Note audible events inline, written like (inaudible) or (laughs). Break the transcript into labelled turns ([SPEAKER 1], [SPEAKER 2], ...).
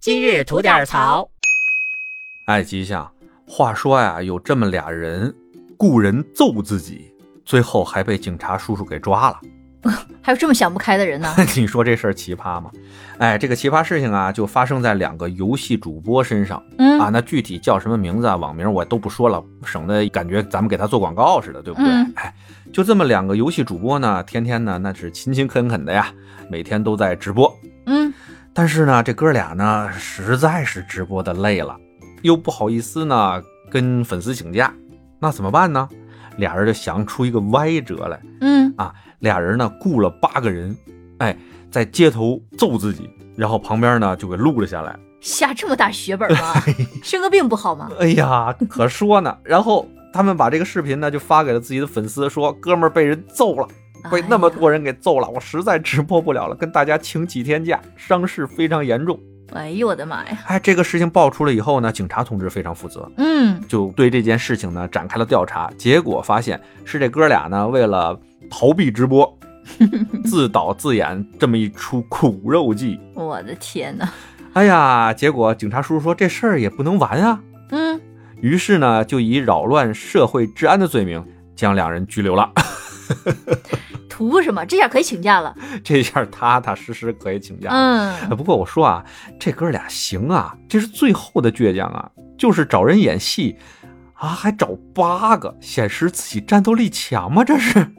[SPEAKER 1] 今日吐点槽。
[SPEAKER 2] 哎，吉祥，话说呀，有这么俩人，雇人揍自己，最后还被警察叔叔给抓了。 (laughs)
[SPEAKER 1] 还有这么想不开的人呢？
[SPEAKER 2] 你说这事儿奇葩吗？哎，这个奇葩事情啊，就发生在两个游戏主播身上啊。
[SPEAKER 1] 嗯
[SPEAKER 2] 那具体叫什么名字啊，网名我都不说了，省得感觉咱们给他做广告似的，对不对？
[SPEAKER 1] 嗯
[SPEAKER 2] 哎，就这么两个游戏主播呢，天天呢那是勤勤恳恳的呀，每天都在直播。
[SPEAKER 1] 嗯，
[SPEAKER 2] 但是呢，这哥俩呢实在是直播的累了，又不好意思呢跟粉丝请假，那怎么办呢？俩人就想出一个歪折来，
[SPEAKER 1] 嗯，
[SPEAKER 2] 俩人呢雇了八个人，哎，在街头揍自己，然后旁边呢就给录了下来。
[SPEAKER 1] 下这么大血本 (laughs) 吗？生个病不好吗？
[SPEAKER 2] 哎呀，可说呢。 (laughs) 然后他们把这个视频呢就发给了自己的粉丝，说哥们儿被人揍了，
[SPEAKER 1] 哎
[SPEAKER 2] 被那么多人给揍了，我实在直播不了了，跟大家请几天假，伤势非常严重。
[SPEAKER 1] 哎呦我的妈呀！
[SPEAKER 2] 哎，这个事情爆出了以后呢，警察同志非常负责，
[SPEAKER 1] 嗯
[SPEAKER 2] 就对这件事情呢展开了调查。结果发现是这哥俩呢为了逃避直播，自导自演这么一出苦肉计。
[SPEAKER 1] 我的天哪！
[SPEAKER 2] 哎呀，结果警察叔叔说这事儿也不能完啊，
[SPEAKER 1] 嗯，
[SPEAKER 2] 于是呢就以扰乱社会治安的罪名将两人拘留了。 (laughs)
[SPEAKER 1] 图什么？这下可以请假了。
[SPEAKER 2] 这下踏踏实实可以请假了。
[SPEAKER 1] 嗯
[SPEAKER 2] 哎，不过我说啊，这哥俩行啊，这是最后的倔强啊，就是找人演戏啊，还找八个，显示自己战斗力强吗？这是。